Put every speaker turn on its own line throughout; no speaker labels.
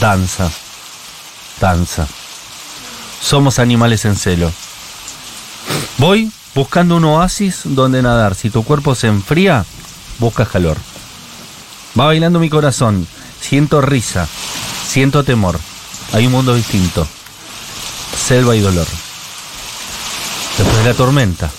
danza, danza. Somos animales en celo. Voy buscando un oasis donde nadar. Si tu cuerpo se enfría, buscas calor. Va bailando mi corazón. Siento risa. Siento temor. Hay un mundo distinto. Selva y dolor. Después de la tormenta.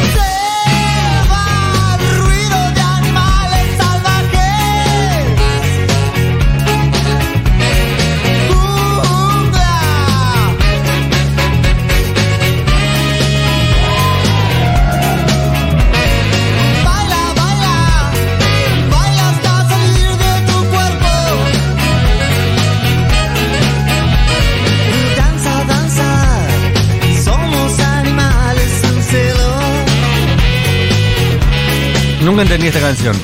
Se va el ruido de animales salvajes Jungla Baila, baila Baila hasta salir de tu cuerpo Danza, danza Somos animales en celo
Nunca entendí esta canción.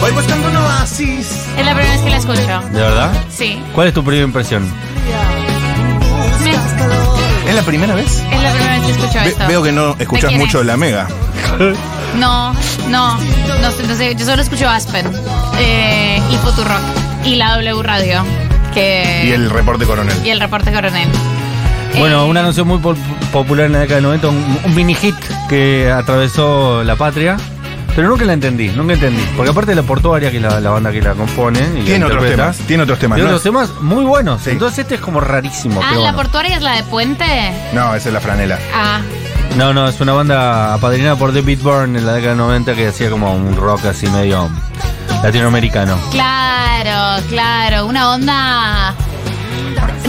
Voy buscando un oasis.
Es la primera vez que la escucho.
¿De verdad?
Sí.
¿Cuál es tu primera impresión?
Buscas calor.
¿Es la primera vez?
Es la primera vez que escucho
Ve-
esto.
veo que no
¿De
escuchás
quién
mucho
es?
la mega.
No, no, no sé, no sé, yo solo escucho Aspen eh, y Futurock y la W Radio que,
Y el reporte coronel.
y el reporte coronel.
Bueno,
Eh,
una canción muy pop- popular en la década de 90, un, un mini hit que atravesó la patria. Pero nunca la entendí, nunca entendí. Porque aparte la portuaria, que es la, la banda que la compone. Y la
Tiene otros
interpreta,
temas. Tiene otros temas.
Tiene
¿no?
otros temas muy buenos.
Sí.
Entonces este es como rarísimo.
Ah,
pero
la
bueno.
portuaria es la de Puente.
No, esa es la franela.
Ah,
No, no, es una banda apadrinada por David Byrne en la década de 90 que hacía como un rock así medio latinoamericano.
claro, claro, una onda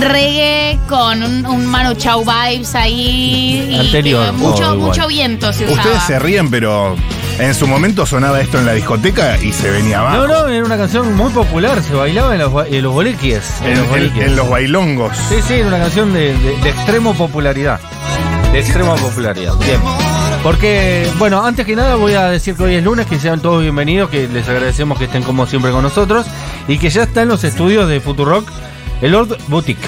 reggae con un, un Manu Chao vibes ahí. y
Anterior,
que mucho,
o igual.
mucho viento se usaba.
Ustedes se ríen, pero en su momento sonaba esto en la discoteca y se venía abajo.
No, no, era una canción muy popular, se bailaba en los, ba- en los bolequies.
En, en-
bolequies.
en los bailongos.
Sí, sí, era una canción de, de- de extremo popularidad. De extrema popularidad. Bien. Porque, bueno, antes que nada voy a decir que hoy es lunes, que sean todos bienvenidos, que les agradecemos que estén como siempre con nosotros y que ya está en los estudios de Futurock el Lord Boutique.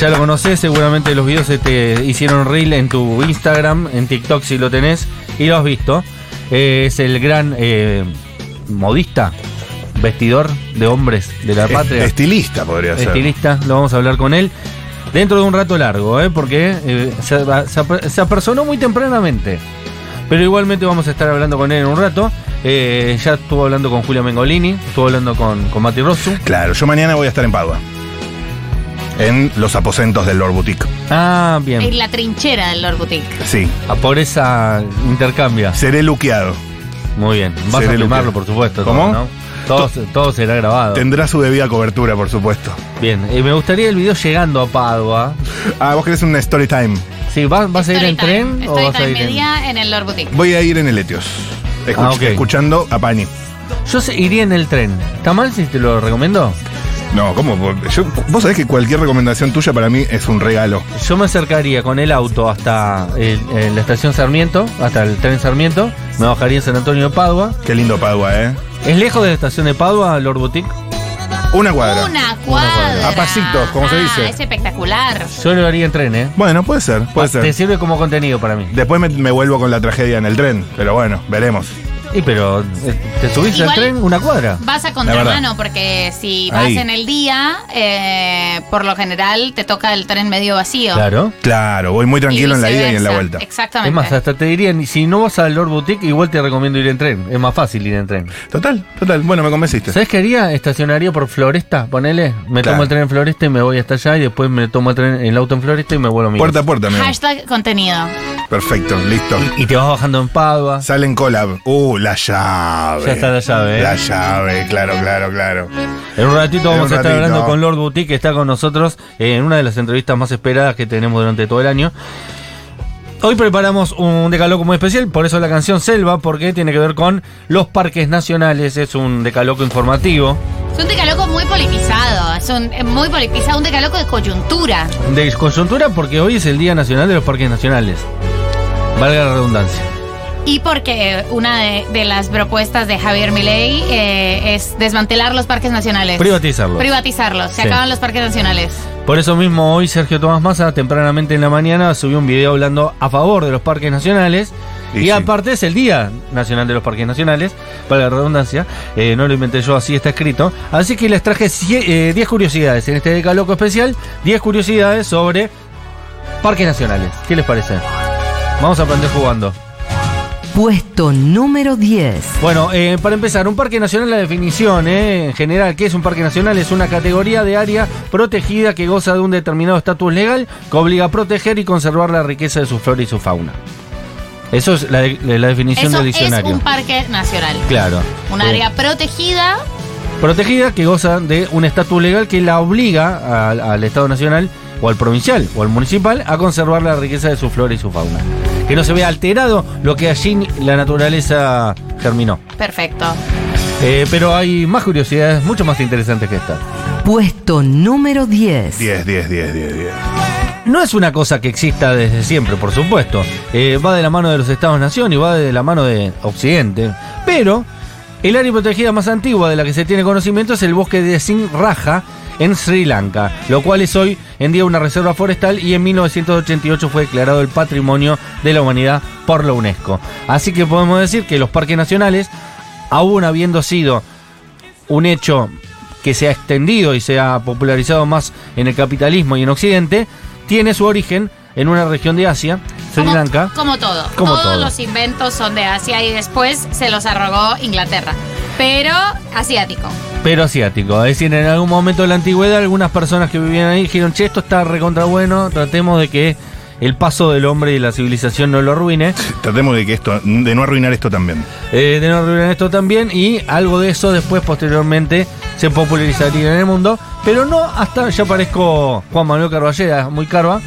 Ya lo conocés, seguramente los videos se te hicieron reel en tu Instagram, en TikTok si lo tenés y lo has visto. Eh, es el gran eh, modista, vestidor de hombres de la
Est-
patria
Estilista podría ser.
estilista, lo vamos a hablar con él dentro de un rato largo, ¿eh? porque eh, se, va- se apre- se apersonó muy tempranamente. Pero igualmente vamos a estar hablando con él en un rato. Eh, ya estuvo hablando con Julia Mengolini, estuvo hablando con, con Mati Rosu.
Claro, yo mañana voy a estar en Padua. En los aposentos del Lord Boutique.
Ah,
En
bien.
la trinchera del Lord Boutique.
Sí,
A por esa intercambia.
seré luqueado.
Muy bien. Vas a
Seré
filmarlo,
Luque.
por supuesto.
¿Cómo?
Todo, ¿no? todo, se- todo será grabado.
Tendrá su debida cobertura, por supuesto.
Bien. Eh, me gustaría el video llegando a Padua.
Ah, vos querés un story time.
Sí, ¿vas, vas a ir en tren o
Estoy
vas a ir en...
media en el Lord Boutique.
Voy a ir en el Etios. Escuch-
Ah, ok.
Escuchando a Pani.
Yo sé- iría en el tren. ¿Está mal si te lo recomiendo?
No, ¿cómo? Yo- vos sabés que cualquier recomendación tuya para mí es un regalo.
Yo me acercaría con el auto hasta el- eh, la estación Sarmiento, hasta el tren Sarmiento, me bajaría en San Antonio de Padua.
Qué lindo Padua, ¿eh?
¿Es lejos de la estación de Padua, Lord Boutique?
Una cuadra.
Una cuadra.
A pasitos, como se
Ah,
dice.
Es espectacular.
Yo lo haría en tren, ¿eh?
Bueno, puede ser, puede
Ah, Te
ser.
sirve como contenido para mí.
Después me, me vuelvo con la tragedia en el tren, pero bueno, veremos.
Y pero, eh, ¿te subís al
Igual-
tren una cuadra?
Vas a
La
contramano porque si vas
Ahí.
en el día, eh, por lo general te toca el tren medio vacío.
Claro.
Claro, voy muy tranquilo
Y
en la ida y en la
viceversa.
vuelta.
Exactamente.
Es más, hasta te dirían, si no vas al Lord Boutique, igual te recomiendo ir en tren. Es más fácil ir en tren.
Total, total. Bueno, me convenciste.
¿Sabes qué haría? Estacionaría por Floresta, ponele. Me
Claro.
tomo el tren en Floresta y me voy hasta allá y después me tomo el, tren, el auto en Floresta y me vuelvo a mi
Puerta a puerta, amigo.
Hashtag contenido.
Perfecto, listo.
Y te vas bajando en Padua.
Salen collab. Uh, la llave.
Ya está la llave, ¿eh?
La llave, claro, claro, claro.
En un ratito
En
vamos a
un
estar
ratito.
hablando con Lord Boutique, que está con nosotros eh, en una de las entrevistas más esperadas que tenemos durante todo el año. Hoy preparamos un decaloco muy especial, por eso la canción Selva, porque tiene que ver con los parques nacionales, es un decaloco informativo,
Es un decaloco muy politizado. Es un es muy politizado, un decaloco de coyuntura.
de coyuntura porque hoy es el Día Nacional de los Parques Nacionales, valga la redundancia.
Y porque una de, de las propuestas de Javier Milei eh, es desmantelar los parques nacionales.
Privatizarlos.
Privatizarlos. Se
Sí.
acaban los parques nacionales.
Por eso mismo hoy Sergio Tomás Massa, tempranamente en la mañana, subió un video hablando a favor de los parques nacionales.
Y
Y,
sí.
aparte es el Día Nacional de los Parques Nacionales, para la redundancia, eh, no lo inventé yo, así está escrito. Así que les traje cie- eh, 10 curiosidades en este Decaloco especial, 10 curiosidades sobre parques nacionales. ¿Qué les parece? Vamos a aprender jugando.
Puesto número 10.
Bueno, eh, para empezar, un parque nacional, la definición eh, en general, ¿qué es un parque nacional? Es una categoría de área protegida que goza de un determinado estatus legal que obliga a proteger y conservar la riqueza de su flora y su fauna. Eso es la, de- la definición
Eso
del
es
diccionario.
un parque nacional.
claro.
Un
Eh,
área protegida.
protegida que goza de un estatus legal que la obliga al, al Estado Nacional o al provincial o al municipal a conservar la riqueza de su flora y su fauna. Que no se vea alterado lo que allí ni- la naturaleza germinó.
Perfecto.
Eh, pero hay más curiosidades mucho más interesantes que esta.
Puesto número 10.
10, 10, 10, 10, 10.
No es una cosa que exista desde siempre, por supuesto. Eh, va de la mano de los Estados-Nación y va de la mano de Occidente. Pero el área protegida más antigua de la que se tiene conocimiento es el bosque de Sinraja en Sri Lanka, lo cual es hoy en día una reserva forestal y en 1988 fue declarado el Patrimonio de la Humanidad por la UNESCO. Así que podemos decir que los parques nacionales, aún habiendo sido un hecho que se ha extendido y se ha popularizado más en el capitalismo y en Occidente, tiene su origen en una región de Asia, Sri
Como-
Lanka.
Como todo.
Como
Todos
todo.
los inventos son de Asia y después se los arrogó Inglaterra. Pero asiático.
pero asiático. Es decir, en algún momento de la antigüedad, algunas personas que vivían ahí dijeron, che, esto está recontra bueno, tratemos de que el paso del hombre y la civilización no lo arruine,
Tratemos de que esto, de no arruinar esto también.
eh, de no arruinar esto también, y algo de eso después, posteriormente, se popularizaría en el mundo, pero no hasta, ya parezco Juan Manuel Carballeda, muy carva.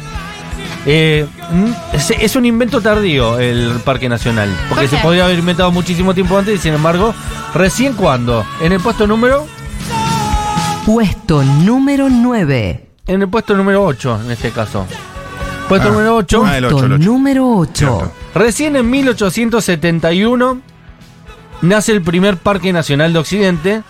Eh, mm, es, es un invento tardío el Parque Nacional, porque
¿Por qué?
se podría haber inventado muchísimo tiempo antes y sin embargo, recién cuando, en el puesto número
Puesto número 9.
En el puesto número 8, en este caso. Puesto
Ah.
número 8.
Ah, el ocho,
Puesto
el ocho.
número 8.
Recién en 1871 nace el primer Parque Nacional de Occidente,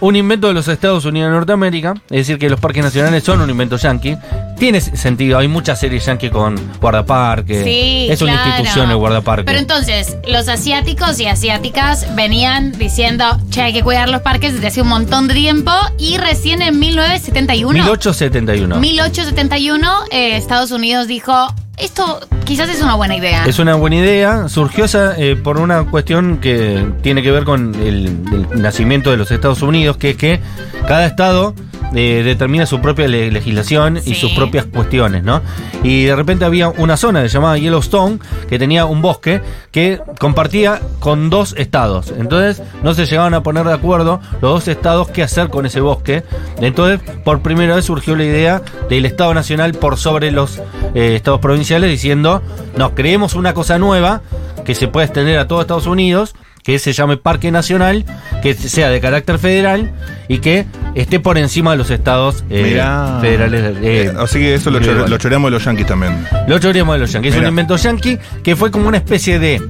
un invento de los Estados Unidos de Norteamérica. Es decir, que los parques nacionales son un invento yanqui. Tiene s- sentido, hay muchas series yanqui con guardaparque.
Sí,
es una
claro.
institución el guardaparque.
Pero entonces, los asiáticos y asiáticas venían diciendo, che, hay que cuidar los parques desde hace un montón de tiempo y recién en 1971,
1871.
1871, eh, Estados Unidos dijo, esto quizás es una buena idea.
Es una buena idea. Surgió esa, eh, por una cuestión que tiene que ver con el, el nacimiento de los Estados Unidos, que es que cada estado eh, determina su propia le- legislación
Sí.
y sus propias cuestiones, ¿no? Y de repente había una zona llamada Yellowstone que tenía un bosque que compartía con dos estados. Entonces no se llegaban a poner de acuerdo los dos estados qué hacer con ese bosque. Entonces por primera vez surgió la idea del Estado Nacional por sobre los eh, estados provinciales diciendo, nos creemos una cosa nueva que se puede extender a todo Estados Unidos que se llame Parque Nacional, que sea de carácter federal y que esté por encima de los estados eh,
Mirá.
federales. eh,
Así que eso lo,
pero
chor-
igual.
lo choreamos de los yanquis también.
Lo choreamos de los yanquis. Es un
Mirá.
invento yanqui que fue como una especie de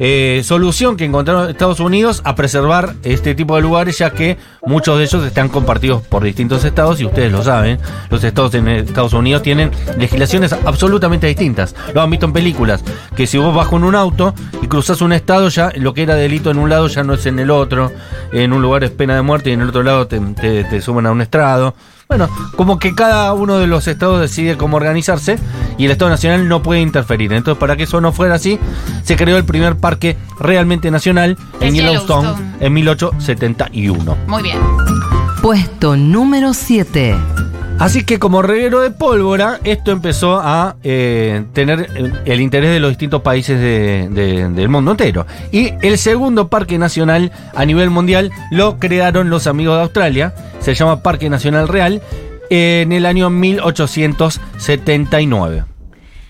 eh, solución que encontraron Estados Unidos a preservar este tipo de lugares, ya que muchos de ellos están compartidos por distintos estados y ustedes lo saben. Los estados en Estados Unidos tienen legislaciones absolutamente distintas. Lo han visto en películas, que si vos vas con un auto y cruzas un estado, ya lo que era delito en un lado ya no es en el otro. En un lugar es pena de muerte y en el otro lado te, te- te suben a un estrado. Bueno, como que cada uno de los estados decide cómo organizarse y el Estado Nacional no puede interferir. Entonces, para que eso no fuera así, se creó el primer parque realmente nacional en
Es
Yellowstone,
Yellowstone.
en 1871.
Muy bien.
Puesto número 7.
Así que como reguero de pólvora, esto empezó a eh, tener el, el interés de los distintos países de- de- del mundo entero. Y el segundo parque nacional a nivel mundial lo crearon los amigos de Australia, se llama Parque Nacional Real, en el año 1879.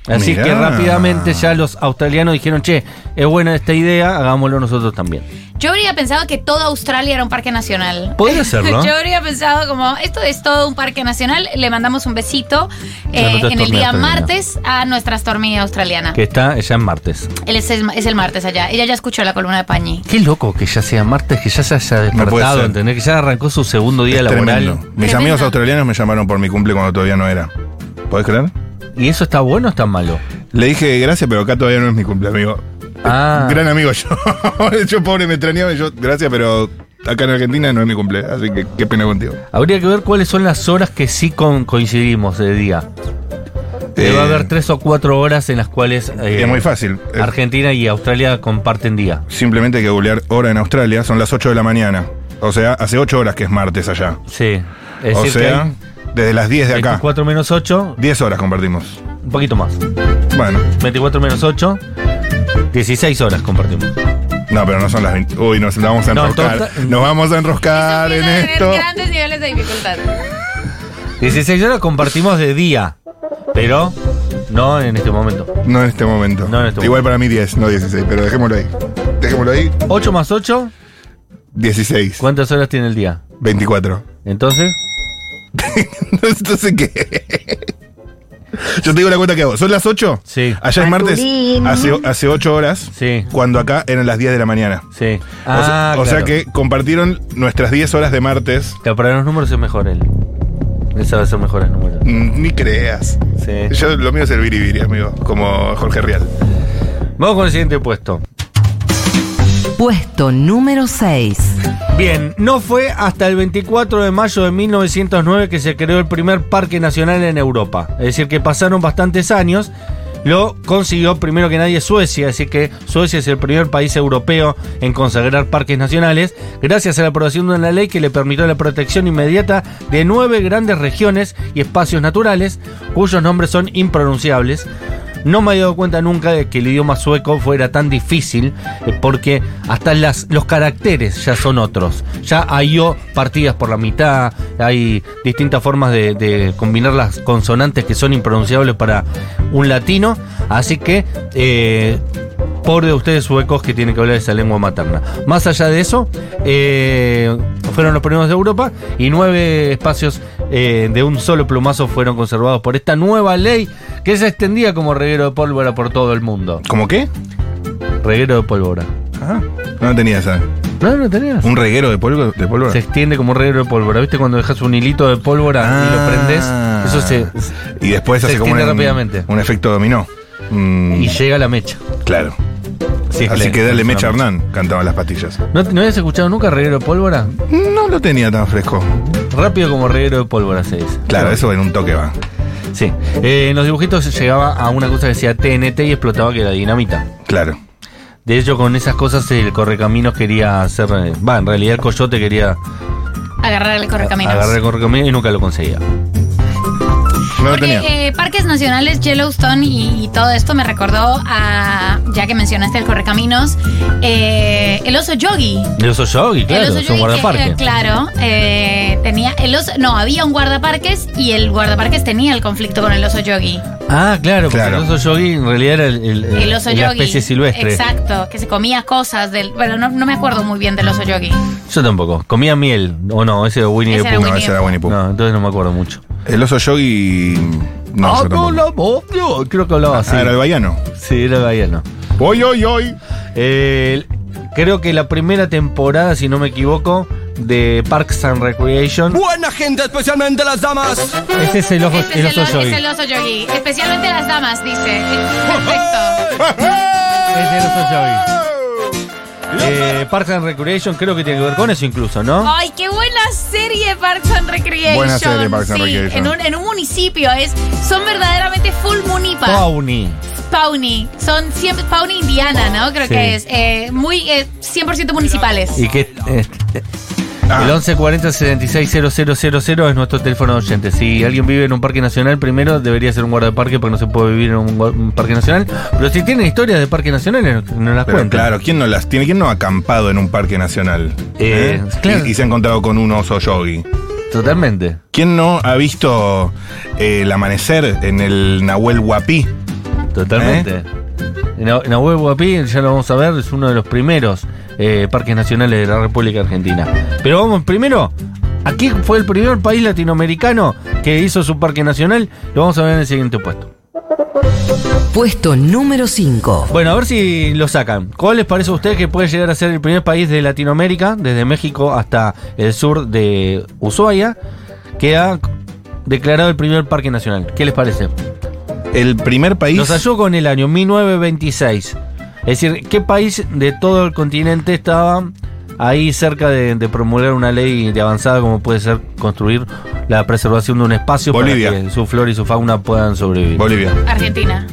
Así
Mirá.
que rápidamente ya los australianos dijeron, che, es buena esta idea, hagámoslo nosotros también.
Yo habría pensado que toda Australia era un parque nacional.
Podría serlo. ¿eh?
Yo habría pensado como, esto es todo un parque nacional, le mandamos un besito
Ya
eh,
no te
en el
estornea
día
australiana.
martes a nuestra Stormy australiana.
Que está ya en martes.
Él es, el- es el martes allá, ella ya escuchó la columna de Pañi.
Qué loco que ya sea martes, que ya se haya
No puede
despertado,
ser.
¿entendés? Que ya arrancó su segundo día
Es
laboral.
tremendo. Mis
Tremendo.
amigos australianos me llamaron por mi cumple cuando todavía no era. ¿Podés creer?
¿Y eso está bueno o está malo?
Le dije gracias, pero acá todavía no es mi cumple, amigo.
Ah.
Gran amigo yo. yo pobre me extrañaba y yo, gracias, pero acá en Argentina no es mi cumple, así que qué pena contigo.
Habría que ver cuáles son las horas que sí con- coincidimos de día. Debe
Eh,
haber tres o cuatro horas en las cuales eh,
es muy fácil. Es
Argentina y Australia comparten día.
simplemente hay que googlear hora en Australia, son las 8 de la mañana. O sea, hace 8 horas que es martes allá.
Sí. Es
o
decir, que
sea,
hay
desde las 10 de acá.
24 menos 8,
10 horas compartimos.
un poquito más.
Bueno,
24 menos 8, 16 horas compartimos.
no, pero no son las 20. Uy, nos vamos a
No,
enroscar.
entonces-
nos vamos a enroscar en esto.
grandes niveles de dificultad.
16 horas compartimos de día, pero no en este momento.
No en este momento.
No en este
Igual para mí 10, no 16, pero dejémoslo ahí. Dejémoslo ahí.
8 más 8,
16.
¿cuántas horas tiene el día?
24.
Entonces,
Entonces, ¿qué? Yo te digo la cuenta que hago. ¿Son las 8?
Sí.
Allá es martes, hace, hace 8 horas,
Sí.
cuando acá eran las 10 de la mañana.
sí.
O sea-
Ah,
o, sea,
claro.
que compartieron nuestras 10 horas de martes.
Claro, para los números es mejor él. Él sabe hacer mejores números.
Mm, Ni creas.
Sí.
Yo lo mío es el biribiri, amigo, como Jorge Rial.
Vamos con el siguiente puesto.
Puesto número 6.
Bien, no fue hasta el 24 de mayo de 1909 que se creó el primer parque nacional en Europa. Es decir, que pasaron bastantes años. Lo consiguió primero que nadie Suecia, así que Suecia es el primer país europeo en consagrar parques nacionales, gracias a la aprobación de una ley que le permitió la protección inmediata de nueve grandes regiones y espacios naturales, cuyos nombres son impronunciables. No me había dado cuenta nunca de que el idioma sueco fuera tan difícil, eh, porque hasta las, los caracteres ya son otros. Ya hay O partidas por la mitad, hay distintas formas de, de combinar las consonantes que son impronunciables para un latino. Así que, eh, pobre de ustedes suecos que tienen que hablar esa lengua materna. Más allá de eso, eh, fueron los primeros de Europa y nueve espacios eh, de un solo plumazo fueron conservados por esta nueva ley que se extendía como reguero de pólvora por todo el mundo.
¿Cómo qué?
Reguero de pólvora.
Ah, no tenía esa.
No, no tenías.
¿Un reguero de polvo? De pólvora?
Se extiende como un reguero de pólvora. ¿Viste cuando dejas un hilito de pólvora y lo prendes?
Ah.
Eso se.
Y después
se
hace como un,
extiende rápidamente.
un efecto dominó. Mm,
Y llega la mecha.
claro.
Sí,
Así
le-
que dale mecha
una
Hernán, cantaban las patillas.
¿No, ¿No habías escuchado nunca reguero de pólvora?
No lo tenía tan fresco.
Rápido como reguero de pólvora se dice.
Claro, eso en un toque va.
Sí. Eh, en los dibujitos llegaba a una cosa que decía TNT y explotaba que era dinamita.
Claro.
De hecho, con esas cosas el Correcaminos quería hacer. eh, Va, en realidad el Coyote quería
Agarrar el correcaminos.
agarrar el Correcaminos y nunca lo conseguía.
No lo tenía.
Porque eh, parques nacionales, Yellowstone y, y todo esto me recordó a, ya que mencionaste el Correcaminos, eh, el oso Yogi.
El oso Yogi,
el
claro,
oso
es un
Yogi que, eh,
guardaparque.
claro, eh, tenía el oso, no, había un guardaparques y el guardaparques tenía el conflicto con el oso Yogi.
Ah, claro, porque
Claro.
el oso Yogi en realidad era el, el-
El oso
la
Yogi.
especie silvestre.
Exacto, que se comía cosas del, bueno, no, no me acuerdo muy bien del oso Yogi.
Yo tampoco. Comía miel, o no, ese de Winnie
Ese
the
era
Pooh.
No, ese era Winnie Pooh.
No, entonces no me acuerdo mucho.
El oso yogi.
Ah,
No, yo tampoco.
la voz, Dios, Creo que hablaba así.
Ah, era el baiano.
Sí, era gallano.
Hoy, hoy, hoy.
El- creo que la primera temporada, si no me equivoco, de Parks and Recreation.
Buena gente, especialmente las damas.
Ese es el ojo,
Este
el
es, el,
oso
o-
Yogi.
es el oso Yogi, especialmente las damas, dice. Perfecto.
Este Es el oso
¡Oh!
Yogi. Eh, Parks and Recreation creo que tiene que ver con eso incluso, ¿no?
Ay, qué buena serie Parks and Recreation.
Buena serie, Parks and
Sí,
Recreation.
En un, en un municipio es, son verdaderamente full munipa.
Pawnee.
Pawnee. Son siempre Pawnee, Indiana, ¿no? Creo
Sí.
que es. eh, muy eh, 100% municipales.
Y que eh,
Ah,
el 1140 000 es nuestro teléfono de oyente. Si alguien vive en un parque nacional, primero debería ser un guardaparque porque no se puede vivir en un, gua- un parque nacional. Pero si tienen historias de parques nacionales, no las
pero
cuentan.
claro, ¿quién no las tiene? ¿Quién no ha acampado en un parque nacional?
Eh,
¿Eh?
claro.
Y, y se ha encontrado con un oso yogi.
Totalmente.
¿Quién no ha visto eh, el amanecer en el Nahuel Huapi?
Totalmente. En Nahuel Huapi, ya lo vamos a ver, es uno de los primeros eh, parques nacionales de la República Argentina. Pero vamos primero, aquí fue el primer país latinoamericano que hizo su parque nacional. Lo vamos a ver en el siguiente puesto.
Puesto número 5.
Bueno, a ver si lo sacan. ¿Cuál les parece a ustedes que puede llegar a ser el primer país de Latinoamérica, desde México hasta el sur de Ushuaia, que ha declarado el primer parque nacional? ¿Qué les parece?
El primer país.
Nos halló con el año 1926. Es decir, ¿qué país de todo el continente estaba ahí cerca de, de promulgar una ley de avanzada como puede ser construir la preservación de un espacio
Bolivia.
para que su flora y su fauna puedan sobrevivir?
Bolivia.
Argentina.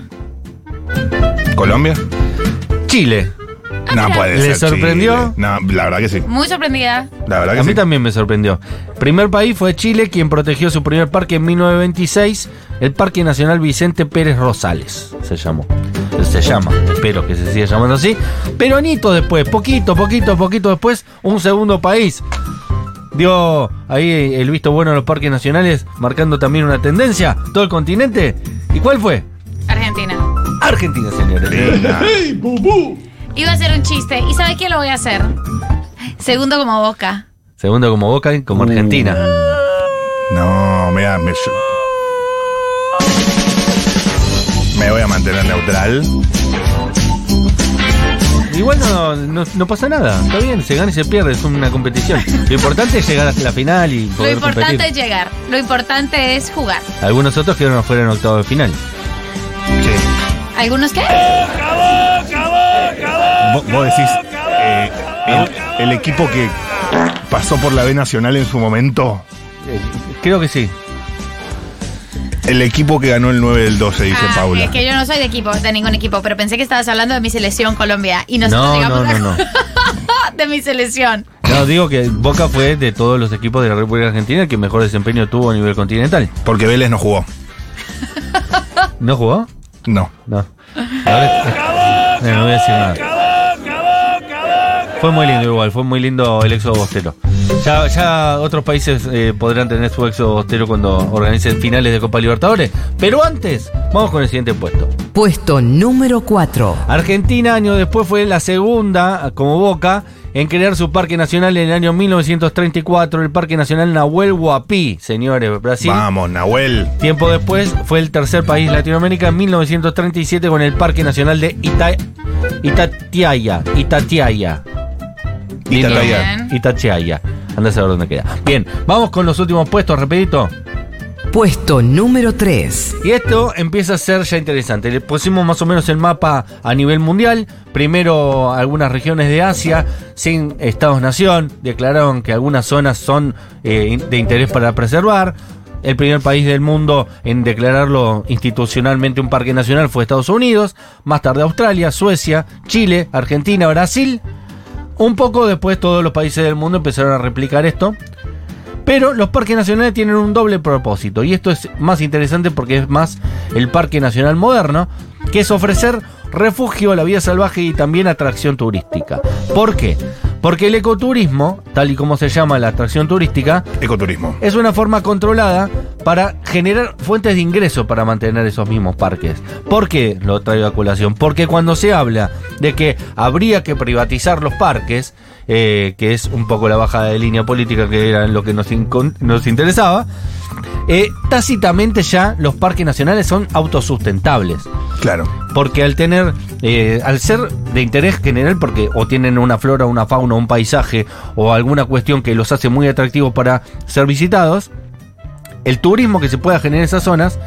¿Colombia?
Chile.
Ah,
no
mira.
puede
¿Le
ser.
sorprendió?
Chile. No, la verdad que sí.
Muy sorprendida.
La verdad que
A mí
sí.
también me sorprendió. Primer país fue Chile, quien protegió su primer parque en 1926, el Parque Nacional Vicente Pérez Rosales, se llamó. Se llama, espero que se siga llamando así. Pero añitos después, poquito, poquito, poquito después, un segundo país. Dio ahí el visto bueno a los parques nacionales, marcando también una tendencia, todo el continente. ¿Y cuál fue?
Argentina.
Argentina, señores.
Linda.
Iba a ser un chiste. ¿Y sabes qué lo voy a hacer? Segundo como boca.
Segundo como Boca, y como Argentina.
No, mira, me. Me voy a mantener neutral.
Igual no, no, no pasa nada, está bien, se gana y se pierde, es una competición. Lo importante es llegar hasta la final y
Lo
poder
importante
competir.
es llegar. Lo importante es jugar.
Algunos otros quedaron afuera en octavo de final.
Sí.
¿Algunos qué?
Vos, vos decís. eh, el, el equipo que pasó por la B Nacional en su momento.
Eh, Creo que sí.
El equipo que ganó el 9 del 12, dice
Ah,
Paula.
Es que yo no soy de equipo, de ningún equipo, pero pensé que estabas hablando de mi selección Colombia. Y nosotros
No,
llegamos
no, no,
a-
no.
de mi selección.
No, digo que Boca fue de todos los equipos de la República Argentina el que mejor desempeño tuvo a nivel continental.
Porque Vélez no jugó.
¿No jugó?
No.
No. Ahora- Eh, no voy a decir nada. Fue muy lindo igual, fue muy lindo el éxodo bostero. Ya, ya otros países eh, podrán tener su éxodo bostero cuando organicen finales de Copa Libertadores. Pero antes, vamos con el siguiente puesto.
Puesto número 4.
Argentina años después fue la segunda, como Boca, en crear su Parque Nacional en el año 1934, el Parque Nacional Nahuel Huapi, señores, Brasil.
Vamos, Nahuel.
Tiempo después fue el tercer país de Latinoamérica en 1937 con el Parque Nacional de Ita Itatiaia. Itatiaia.
Y
Lindo.
Tataya.
Bien.
Itatiaia. Andá a saber dónde queda. Bien, vamos con los últimos puestos, rapidito.
Puesto número 3.
Y esto empieza a ser ya interesante. Le pusimos más o menos el mapa a nivel mundial. Primero algunas regiones de Asia sin estados-nación declararon que algunas zonas son eh, in- de interés para preservar. El primer país del mundo en declararlo institucionalmente un parque nacional fue Estados Unidos, más tarde Australia, Suecia, Chile, Argentina, Brasil. Un poco después todos los países del mundo empezaron a replicar esto. Pero los parques nacionales tienen un doble propósito, y esto es más interesante porque es más el Parque Nacional Moderno, que es ofrecer refugio a la vida salvaje y también atracción turística. ¿Por qué? Porque el ecoturismo, tal y como se llama la atracción turística,
Ecoturismo.
es una forma controlada para generar fuentes de ingreso para mantener esos mismos parques. ¿Por qué lo traigo a colación? Porque cuando se habla de que habría que privatizar los parques, eh, que es un poco la baja de línea política que era lo que nos, incon- nos interesaba, eh, tácitamente ya los parques nacionales son autosustentables
Claro.
porque al tener, eh, al ser de interés general, porque o tienen una flora, una fauna, un paisaje o alguna cuestión que los hace muy atractivos para ser visitados, el turismo que se pueda generar en esas zonas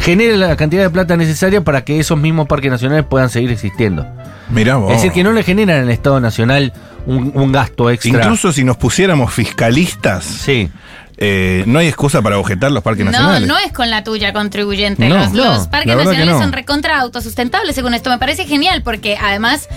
genera la cantidad de plata necesaria para que esos mismos parques nacionales puedan seguir existiendo.
Mirá vos.
Es decir, que no le generan al Estado Nacional un, un gasto extra.
Incluso si nos pusiéramos fiscalistas,
Sí.
eh, no hay excusa para objetar los parques
No,
nacionales.
no es con la tuya, contribuyente.
No,
los,
no,
los
la
parques
verdad que
nacionales
no.
son recontra autosustentables, según esto. Me parece genial, porque además,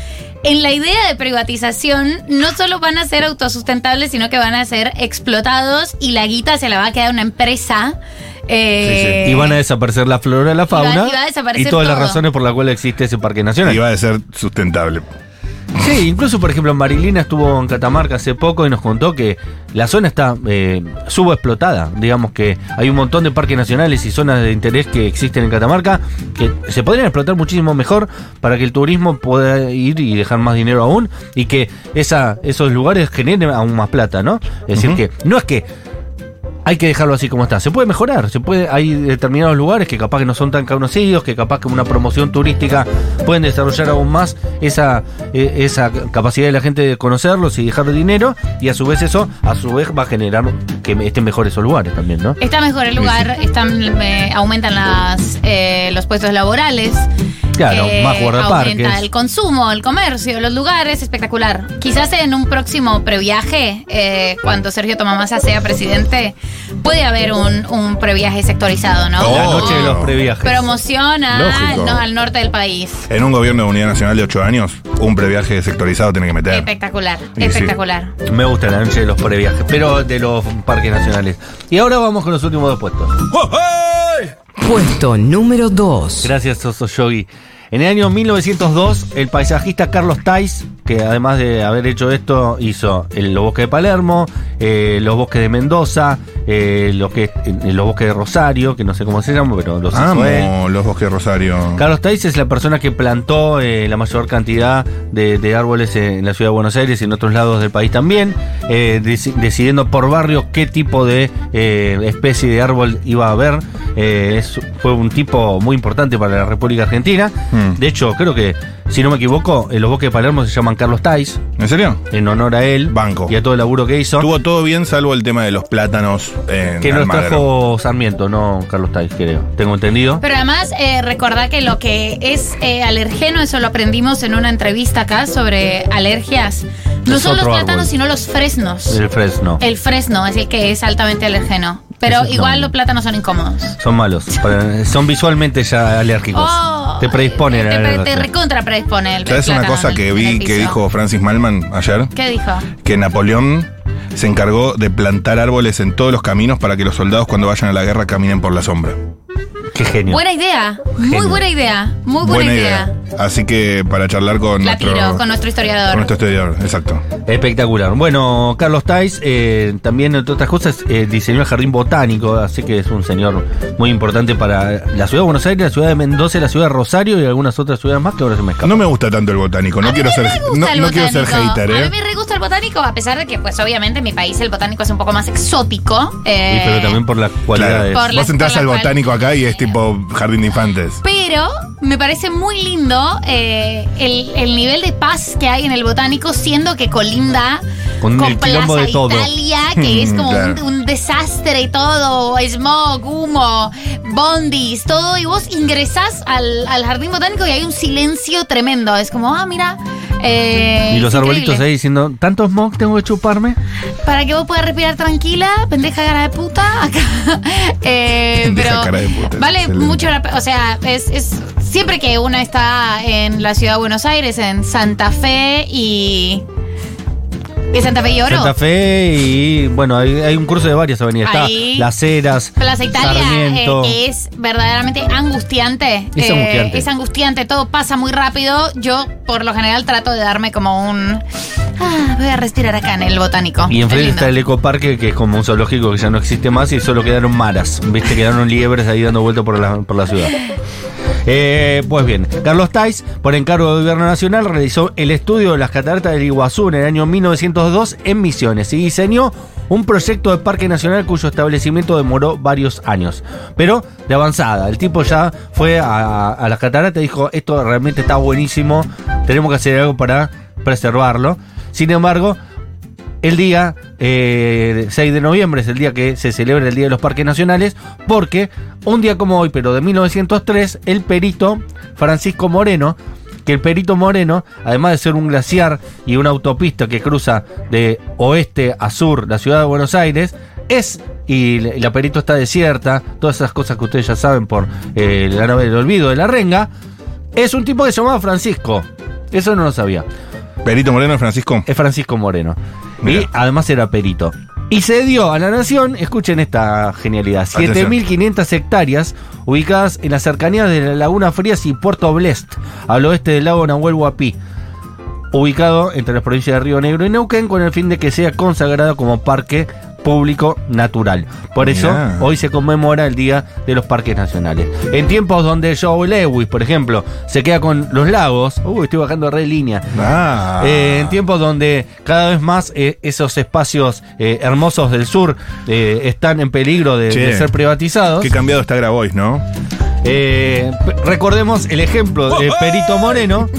en la idea de privatización, no solo van a ser autosustentables, sino que van a ser explotados y la guita se la va a quedar una empresa. eh,
Y van a desaparecer la flora, la
va-
fauna
y va a desaparecer
todas las
todo.
razones por las cuales existe ese parque nacional.
Y va a ser sustentable.
Sí, incluso por ejemplo Marilina estuvo en Catamarca hace poco y nos contó que la zona está eh, subexplotada. Digamos que hay un montón de parques nacionales y zonas de interés que existen en Catamarca que se podrían explotar muchísimo mejor para que el turismo pueda ir y dejar más dinero aún y que esa, esos lugares generen aún más plata, ¿no? Es decir,
Ujú.
que no es que hay que dejarlo así como está. Se puede mejorar, se puede, hay determinados lugares que capaz que no son tan conocidos, que capaz que una promoción turística pueden desarrollar aún más esa, eh, esa capacidad de la gente de conocerlos y dejar dinero, y a su vez eso, a su vez va a generar que estén mejor esos lugares también, ¿no?
Está mejor el lugar, están, eh, aumentan las, eh, los puestos laborales.
Claro,
eh,
más guardaparques.
Aumenta el consumo, el comercio, los lugares, espectacular. Quizás en un próximo previaje, eh, cuando Sergio Tomamasa sea presidente, puede haber un, un previaje sectorizado, ¿no?
La
Oh.
noche de los previajes.
Promoción a-
Lógico.
no, al norte del país.
En un gobierno de unidad nacional de ocho años, un previaje sectorizado tiene que meter.
Espectacular,
sí.
espectacular.
Me gusta la noche de los previajes, pero de los parques nacionales. Y ahora vamos con los últimos dos puestos.
¡Oh,
Puesto número 2.
Gracias, Soso Yogi. En el año 1902, el paisajista Carlos Tais, que además de haber hecho esto, hizo el- los bosques de Palermo, eh, los bosques de Mendoza, eh, los, que, eh, los bosques de Rosario, que no sé cómo se llaman, pero los hizo él.
Amo los bosques de Rosario.
Carlos Tais es la persona que plantó eh, la mayor cantidad de, de árboles en la ciudad de Buenos Aires y en otros lados del país también, eh, deci- decidiendo por barrios qué tipo de eh, especie de árbol iba a haber. Eh, es- fue un tipo muy importante para la República Argentina.
Mm.
De hecho, creo que, si no me equivoco, eh, los bosques de Palermo se llaman Carlos Tais,
¿En serio?
en honor a él
Banco.
y a todo el laburo que hizo.
Estuvo todo bien, salvo el tema de los plátanos. En
que nos
Almagro.
trajo Sarmiento, no Carlos Tais, creo. Tengo entendido.
Pero además, eh, recordá que lo que es eh, alergeno, eso lo aprendimos en una entrevista acá sobre alergias. No
Es
son
otro
los
árbol.
plátanos, sino los fresnos.
El fresno.
El fresno es el que es altamente alergeno. Pero
Ese es
igual
nombre.
los plátanos son incómodos.
Son malos. para- son visualmente ya alérgicos.
Oh,
te predisponen a
te,
la
te, te
alergia.
recontra predispone el
¿Sabes una
plátano en
cosa
el-
que
en el
vi que
piso?
dijo Francis Malman ayer?
¿Qué dijo?
Que Napoleón se encargó de plantar árboles en todos los caminos para que los soldados cuando vayan a la guerra caminen por la sombra.
Qué genio.
Buena idea. Muy
Genio.
buena idea. Muy buena, idea.
Así que para charlar con
La
nuestro,
tiro con nuestro historiador.
con nuestro historiador, exacto.
Espectacular. Bueno, Carlos Tais, eh, también entre otras cosas, eh, diseñó el jardín botánico, así que es un señor muy importante para la ciudad de Buenos Aires, la ciudad de Mendoza, la ciudad de Rosario y algunas otras ciudades más que ahora se me escapan.
No me gusta tanto el botánico, no
A mí
quiero
me
ser
re gusta
no,
el
no quiero ser
botánico.
hater,
A mí
eh.
me re gusta el botánico, a pesar de que, pues, obviamente en mi país el botánico es un poco más exótico.
Y
eh,
pero también por las cualidades.
Por la-
Vos entras
por la
al
cual-
botánico acá y es tipo jardín de infantes.
pero me parece muy lindo eh, el, el nivel de paz que hay en el botánico, siendo que colinda
Con
con,
el quilombo
Plaza
de todo.
Italia, que es como
Claro.
un, un desastre y todo, smog, humo, bondis, todo. Y vos ingresás al, al jardín botánico y hay un silencio tremendo. Es como, ah, mira. eh,
y los
es
arbolitos
increíble.
ahí diciendo, ¿tantos smog tengo que chuparme?
Para que vos puedas respirar tranquila, pendeja cara de puta. Acá. Eh,
Pendeja
pero
cara de puta, es
vale
excelente.
mucho la pe- O sea, es, es- siempre que una está en la ciudad de Buenos Aires, en Santa Fe y. ¿Y Santa Fe y Oro?
Santa Fe y bueno, hay, hay un cruce de varias avenidas.
Ahí.
Está Las Heras,
Plaza Italia
Sarmiento.
eh, es verdaderamente angustiante.
Es
Eh,
angustiante.
es angustiante, todo pasa muy rápido. Yo, por lo general, trato de darme como un. Ah, voy a respirar acá en el botánico.
Y
Es
enfrente
lindo.
está el ecoparque, que es como un zoológico que ya no existe más y solo quedaron maras. Viste, quedaron liebres ahí dando vuelta por la, por la ciudad. Eh, pues bien, Carlos Tais, por encargo del Gobierno Nacional, realizó el estudio de las cataratas del Iguazú en el año 1902 en Misiones y diseñó un proyecto de parque nacional cuyo establecimiento demoró varios años. Pero de avanzada, el tipo ya fue a, a las cataratas y dijo, esto realmente está buenísimo, tenemos que hacer algo para preservarlo. Sin embargo, el día eh, 6 de noviembre es el día que se celebra el Día de los Parques Nacionales, porque un día como hoy, pero de 1903, el perito Francisco Moreno, que el perito Moreno, además de ser un glaciar y una autopista que cruza de oeste a sur la ciudad de Buenos Aires, es, y la- y la perito está desierta, todas esas cosas que ustedes ya saben por eh, la nave del olvido de la renga, es un tipo que se llamaba Francisco. Eso no lo sabía.
Perito Moreno Francisco.
Es Francisco Moreno.
Mirá.
Y además era perito. Y se dio a la nación, escuchen esta genialidad,
Atención.
7.500 hectáreas ubicadas en las cercanías de la Laguna Frías y Puerto Blest, al oeste del lago Nahuel Huapi. ubicado entre las provincias de Río Negro y Neuquén con el fin de que sea consagrado como parque público natural. Por eso
Mirá.
hoy se conmemora el Día de los Parques Nacionales. En tiempos donde Joe Lewis, por ejemplo, se queda con los lagos, uy, estoy bajando re línea,
Ah.
eh, en tiempos donde cada vez más eh, esos espacios eh, hermosos del sur eh, están en peligro de,
Che.
de ser privatizados.
Qué cambiado está Grabois, ¿no?
Eh, p- recordemos el ejemplo de Perito Moreno,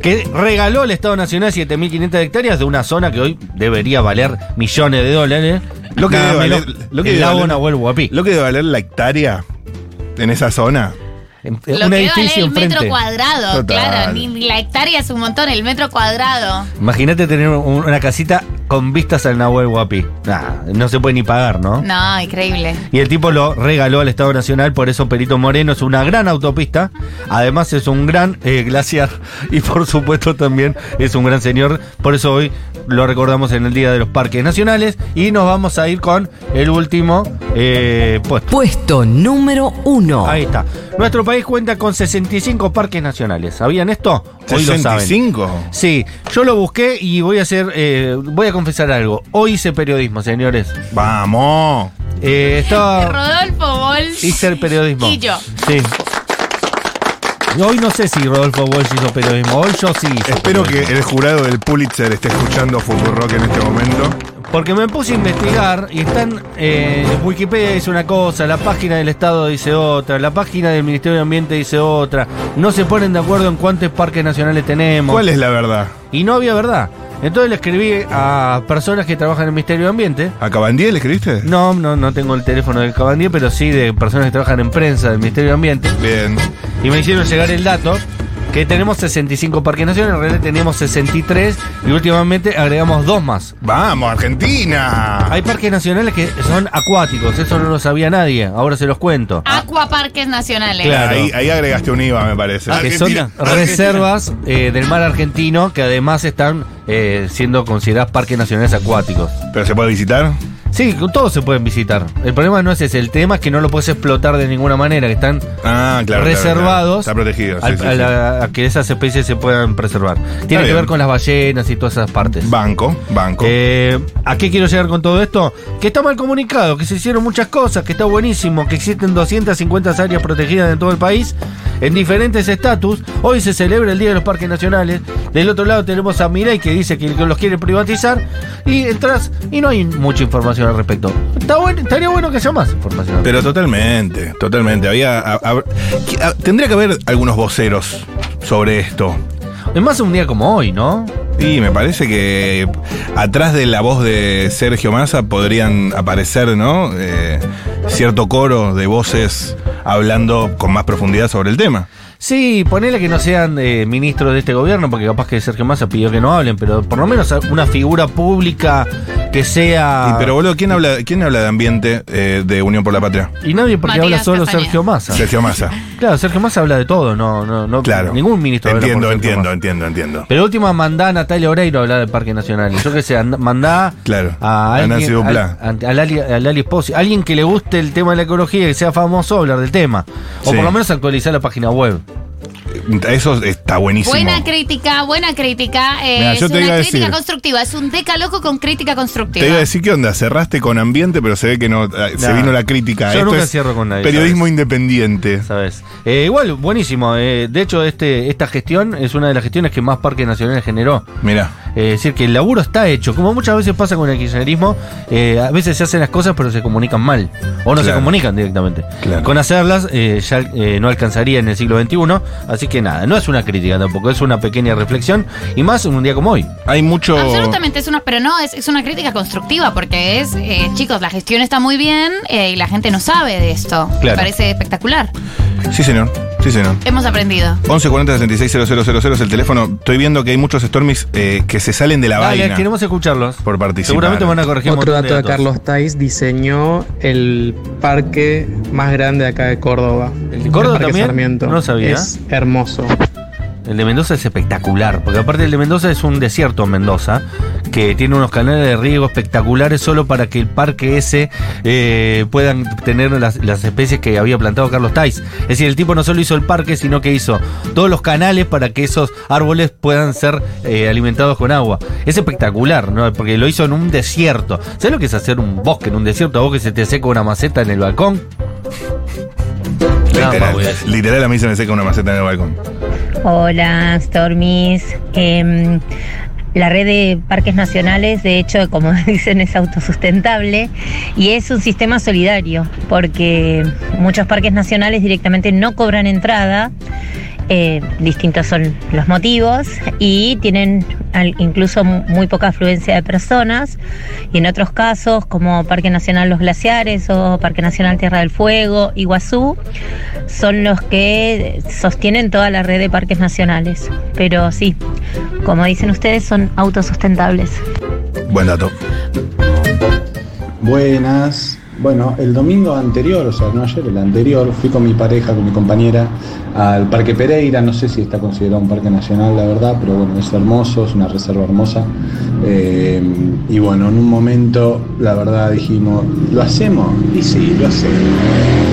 que regaló al Estado Nacional 7.500 hectáreas de una zona que hoy debería valer millones de dólares.
Lo que
Nada
debe
menos
valer- lo que
el
debe
lago
valer-
Nahuel Huapi.
Lo que debe valer la hectárea en esa zona.
En- en
Lo
un
que vale
edificio
el metro
enfrente.
cuadrado,
Total.
claro. Ni ni la hectárea es un montón, el metro cuadrado.
Imagínate tener un- una casita con vistas al Nahuel Huapi. Nah, no se puede ni pagar, ¿no?
No, increíble.
Y el tipo lo regaló al Estado Nacional, por eso Perito Moreno es una gran autopista. Además es un gran eh, glaciar y por supuesto también es un gran señor. Por eso hoy lo recordamos en el Día de los Parques Nacionales y nos vamos a ir con el último eh, puesto.
Puesto número uno.
Ahí está. Nuestro país cuenta con 65 parques nacionales. ¿Sabían esto? Hoy lo saben.
65.
Sí, yo lo busqué y voy a hacer, eh, voy a confesar algo. Hoy hice periodismo, señores.
Vamos.
Eh,
Ah.
estaba...
Rodolfo Bols.
Hice el periodismo.
Y yo.
Sí. Y Hoy no sé si Rodolfo Walsh hizo periodismo. Hoy yo sí. hice
Espero que
periodismo.
el jurado del Pulitzer esté escuchando Fútbol Rock en este momento.
Porque me puse a investigar y están. eh, Wikipedia dice una cosa, la página del Estado dice otra, la página del Ministerio de Ambiente dice otra. No se ponen de acuerdo en cuántos parques nacionales tenemos.
¿Cuál es la verdad?
Y no había verdad. Entonces le escribí a personas que trabajan en el Ministerio de Ambiente.
¿A Cabandiel escribiste?
No, no, no tengo el teléfono del Cabandier, pero sí de personas que trabajan en prensa del Ministerio de Ambiente.
Bien.
y me hicieron llegar el dato que tenemos 65 parques nacionales, en realidad tenemos 63 y últimamente agregamos dos más.
Vamos, Argentina.
Hay parques nacionales que son acuáticos, eso no lo sabía nadie, ahora se los cuento.
Ah.
Acuaparques Nacionales.
Claro.
Ahí, ahí agregaste un IVA, me parece.
Que son reservas eh, del mar argentino que además están eh, siendo consideradas parques nacionales acuáticos.
¿Pero se puede visitar?
Sí, todos se pueden visitar. El problema no es ese, el tema es que no lo puedes explotar de ninguna manera, que están
Ah, claro. claro,
reservados
claro. Está protegido. sí,
al-
sí,
a,
sí.
la- a que esas especies se puedan preservar. Tiene que
bien.
ver con las ballenas y todas esas partes.
Banco, banco.
Eh, ¿A qué quiero llegar con todo esto? Que está mal comunicado, que se hicieron muchas cosas, que está buenísimo, que existen 250 áreas protegidas en todo el país, en diferentes estatus. Hoy se celebra el Día de los Parques Nacionales. Del otro lado tenemos a Mirai que dice que los quiere privatizar. Y entras y no hay mucha información al respecto. Está bueno, estaría bueno que sea más información.
Pero totalmente, totalmente. Había. a- a- que- a- tendría que haber algunos voceros sobre esto.
es más un día como hoy, ¿no?
Y me parece que atrás de la voz de Sergio Massa podrían aparecer, ¿no? Eh, cierto coro de voces hablando con más profundidad sobre el tema.
Sí, ponele que no sean eh, ministros de este gobierno, porque capaz que Sergio Massa pidió que no hablen, pero por lo menos una figura pública que sea...
Y, pero boludo, ¿quién habla, quién habla de ambiente eh, de Unión por la Patria?
Y nadie porque
Matías
habla solo
Castañeda.
Sergio Massa.
Sergio Massa.
Claro, Sergio Massa habla de todo, no, no, no
Claro.
ningún ministro habla
Entiendo,
por Sergio
entiendo,
Massa.
entiendo, entiendo.
Pero última mandá a Natalia Oreiro a hablar del Parque Nacional. Yo qué sé, and- mandá
Claro,
a
a Nancy
alguien, al,
Duplá.
a- al Ali- al Ali Espósito, alguien que le guste el tema de la ecología, que sea famoso, hablar del tema. O
Sí.
por lo menos actualizar la página web.
Eso está buenísimo.
Buena crítica, buena crítica. eh,
Mira,
es
yo te
una
iba a
crítica
decir-
constructiva. Es un decaloco con crítica constructiva.
Te iba a decir qué onda, cerraste con ambiente, pero se ve que no, eh, se
Nah.
vino la crítica.
Yo
Esto
nunca
es
cierro con nadie,
Periodismo independiente.
¿Sabes? Eh, igual, buenísimo. eh, de hecho, este, esta gestión es una de las gestiones que más parques nacionales generó.
Mira,
Eh, es decir, que el laburo está hecho. Como muchas veces pasa con el kirchnerismo, eh, a veces se hacen las cosas pero se comunican mal. O no se
Claro.
comunican directamente.
Claro.
Con hacerlas eh, ya eh, no alcanzaría en el siglo XXI. Así que nada, no es una crítica tampoco, es una pequeña reflexión. Y más en un día como hoy.
hay mucho.
Absolutamente, es una, pero Ah, no, es, es una crítica constructiva porque es, eh, chicos, la gestión está muy bien eh, y la gente no sabe de esto. Me
Claro.
parece espectacular.
Sí, señor. Sí, señor.
Hemos aprendido.
1140 000 es el teléfono. Estoy viendo que hay muchos Stormies eh, que se salen de la
Dale,
vaina
queremos escucharlos.
por participar.
Seguramente van a corregir un
Otro
montón
dato de
datos.
Carlos Tais diseñó el parque más grande acá de Córdoba.
¿El de Córdoba
parque
también?
Sarmiento.
No lo sabía.
Es hermoso.
El de Mendoza es espectacular, porque aparte el de Mendoza es un desierto en Mendoza, que tiene unos canales de riego espectaculares solo para que el parque ese eh, puedan tener las, las especies que había plantado Carlos Tais. Es decir, el tipo no solo hizo el parque, sino que hizo todos los canales para que esos árboles puedan ser eh, alimentados con agua. Es espectacular, ¿no? Porque lo hizo en un desierto. ¿Sabes lo que es hacer un bosque en un desierto? ¿A vos que se te seca una maceta en el balcón? Nada más voy a
Literal,
decir.
literal a mí se me seca una maceta en el balcón.
Hola, Stormis. Em, la red de parques nacionales, de hecho, como dicen, es autosustentable y es un sistema solidario, porque muchos parques nacionales directamente no cobran entrada, eh, distintos son los motivos, y tienen al- incluso mu- muy poca afluencia de personas, y en otros casos, como Parque Nacional Los Glaciares o Parque Nacional Tierra del Fuego, Iguazú, son los que sostienen toda la red de parques nacionales. Pero sí, como dicen ustedes, son autosustentables.
Buen dato.
Buenas. Bueno, el domingo anterior, o sea, no ayer, el anterior, fui con mi pareja, con mi compañera, al Parque Pereira. No sé si está considerado un parque nacional, la verdad, pero bueno, es hermoso, es una reserva hermosa. Eh, y bueno, en un momento, la verdad, dijimos, ¿lo hacemos? Y sí, lo hacemos.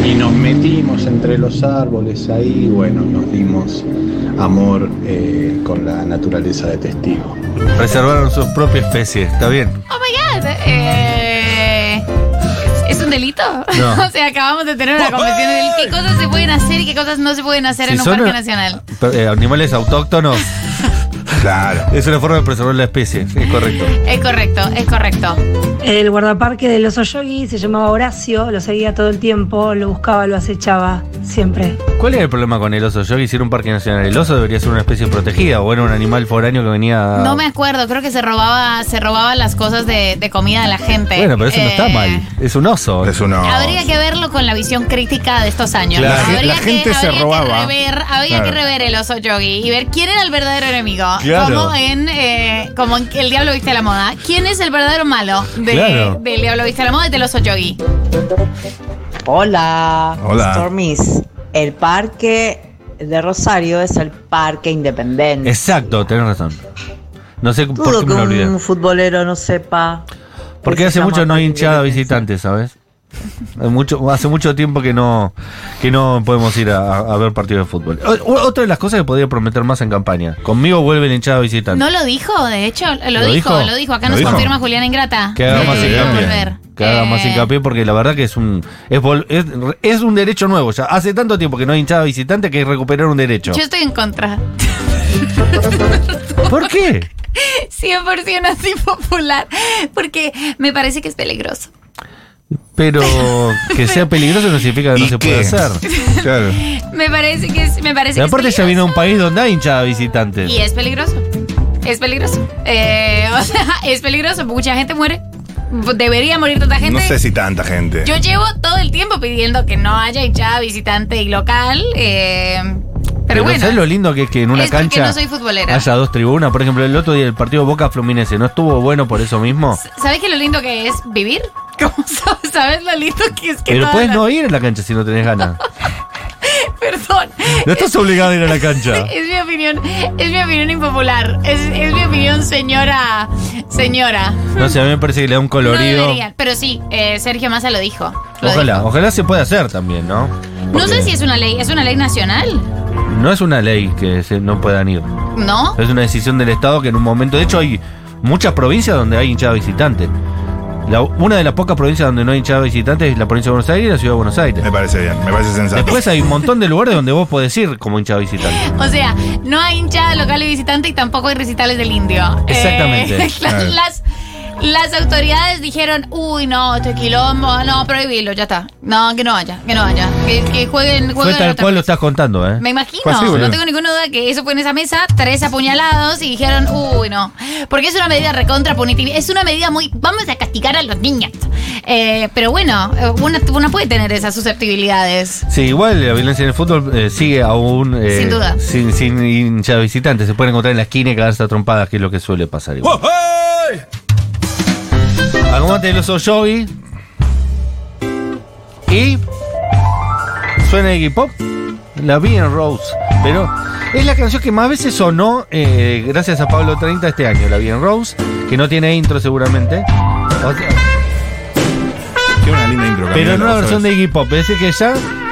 Y nos metimos entre los árboles ahí, y bueno, nos dimos amor eh, con la naturaleza de testigo.
Preservaron sus propias especies, está bien.
Oh my god. eh, ¿Es un delito?
No.
o sea, acabamos de tener una convención de qué cosas se pueden hacer y qué cosas no se pueden hacer
Si
en un
son,
parque
eh,
nacional.
eh, animales autóctonos
Claro.
es una forma de preservar la especie, es correcto.
Es correcto, es correcto.
El guardaparque del oso yogui se llamaba Horacio, lo seguía todo el tiempo, lo buscaba, lo acechaba, siempre.
¿Cuál es el problema con el oso? Yo quisiera un parque nacional. El oso debería ser una especie protegida o era un animal foráneo que venía.
No me acuerdo, creo que se robaba, se robaba las cosas de, de comida de la gente.
Bueno, pero eso no
Eh,
está mal. Es un oso.
Es uno.
Habría que verlo con la visión crítica de estos años.
La gen-
habría
la gente se
habría
robaba.
Que rever, habría
Claro.
que rever el oso yogi y ver quién era el verdadero enemigo.
Claro.
Como en, eh, como en El Diablo Viste a la Moda. ¿Quién es el verdadero malo de-
Claro.
del Diablo Viste a la Moda y del oso yogi?
Hola.
Hola.
Stormis. El parque de Rosario es el parque independiente.
Exacto, tenés razón. No sé por
Dudo
qué
que
me lo
un
olvidé.
futbolero no sepa. que
Porque
se
hace
llama
mucho no hay
Parque
hinchada
Independencia.
visitante, ¿sabes? Hay mucho- hace mucho tiempo que no, que no podemos ir a, a ver partidos de fútbol. O- o- otra de las cosas que podía prometer más en campaña. Conmigo vuelve la hinchada visitante.
No lo dijo, de hecho, lo,
¿Lo
dijo,
dijo?
lo dijo. Acá
¿Lo
nos
dijo?
confirma Juliana Ingrata.
Que haga
Sí,
más
va a
hincapié.
volver.
Que haga más
Eh,
hincapié porque la verdad que es un es, vol- es, es un derecho nuevo. Ya hace tanto tiempo que no hay hinchada visitante que hay que recuperar un derecho.
Yo estoy en contra.
¿Por qué?
100% así popular. Porque me parece que es peligroso.
Pero que sea peligroso no significa que no
¿Y
se puede
qué?
hacer.
Claro.
Me parece que es. Me parece
Y
que es
aparte ya
peligroso.
viene a un país donde hay hinchada visitante.
Y es peligroso. Es peligroso. Eh, o sea, es peligroso. Mucha gente muere. Debería morir tanta gente.
No sé si tanta gente.
Yo llevo todo el tiempo pidiendo que no haya hinchada visitante y local. eh, pero, bueno.
¿sabes lo lindo que es que en una
es porque
cancha
no soy futbolera.
haya dos tribunas? Por ejemplo, el otro día el partido Boca Fluminense no estuvo bueno por eso mismo.
¿Sabes qué lo lindo que es vivir? ¿Cómo sabes, sabes lo lindo que es que
Pero
todas
puedes
las-
no ir a la cancha si no tenés ganas.
Perdón.
No estás obligado a ir a la cancha.
Es mi opinión, es mi opinión impopular. Es, es mi opinión, señora. Señora.
No sé, a mí me parece que le da un
No
colorido.
debería, pero sí, eh, Sergio Massa lo dijo. Lo
Ojalá,
dijo.
ojalá se pueda hacer también, ¿no?
No sé
Porque
si es una ley, es una ley nacional,
No es una ley que se- no puedan ir.
¿no?
Es una decisión del Estado que en un momento. De hecho, hay muchas provincias donde hay hinchada visitante. La- una de las pocas provincias donde no hay hinchada visitante es la provincia de Buenos Aires y la ciudad de Buenos Aires.
Me parece bien, me parece sensato.
Después hay un montón de lugares donde vos podés ir como hinchada visitante.
O sea, no hay hinchada local y visitante y tampoco hay recitales del indio.
Exactamente.
Eh, las, las- las autoridades dijeron, uy, no, este quilombo, no, prohibilo, ya está. No, que no vaya, que no vaya. Que, que jueguen,
Fue
jueguen
tal
otra
cual lo
cosa".
estás contando, ¿eh?
Me imagino,
Fue así, boludo.
no tengo ninguna duda que eso fue en esa mesa, tres apuñalados y dijeron, uy, no. Porque es una medida recontra punitiva, es una medida muy, vamos a castigar a los niños. Eh, pero bueno, eh, una, una puede tener esas susceptibilidades.
Sí, igual la violencia en el fútbol eh, sigue aún. eh,
Sin duda.
Sin, sin hinchada visitante. Se pueden encontrar en la esquina y cagarse a trompadas, que es lo que suele pasar. igual.
¡Oh, hey!
Acomodate el oso yogi. Y. Suena Iggy Pop. La Bean Rose. pero es la canción que más veces sonó eh, gracias a Pablo 30 este año, la Bien Rose, que no tiene intro seguramente. O sea,
Qué una linda intro,
pero
Camila,
en una
vos
versión
sabés.
de Iggy Pop, es decir que ya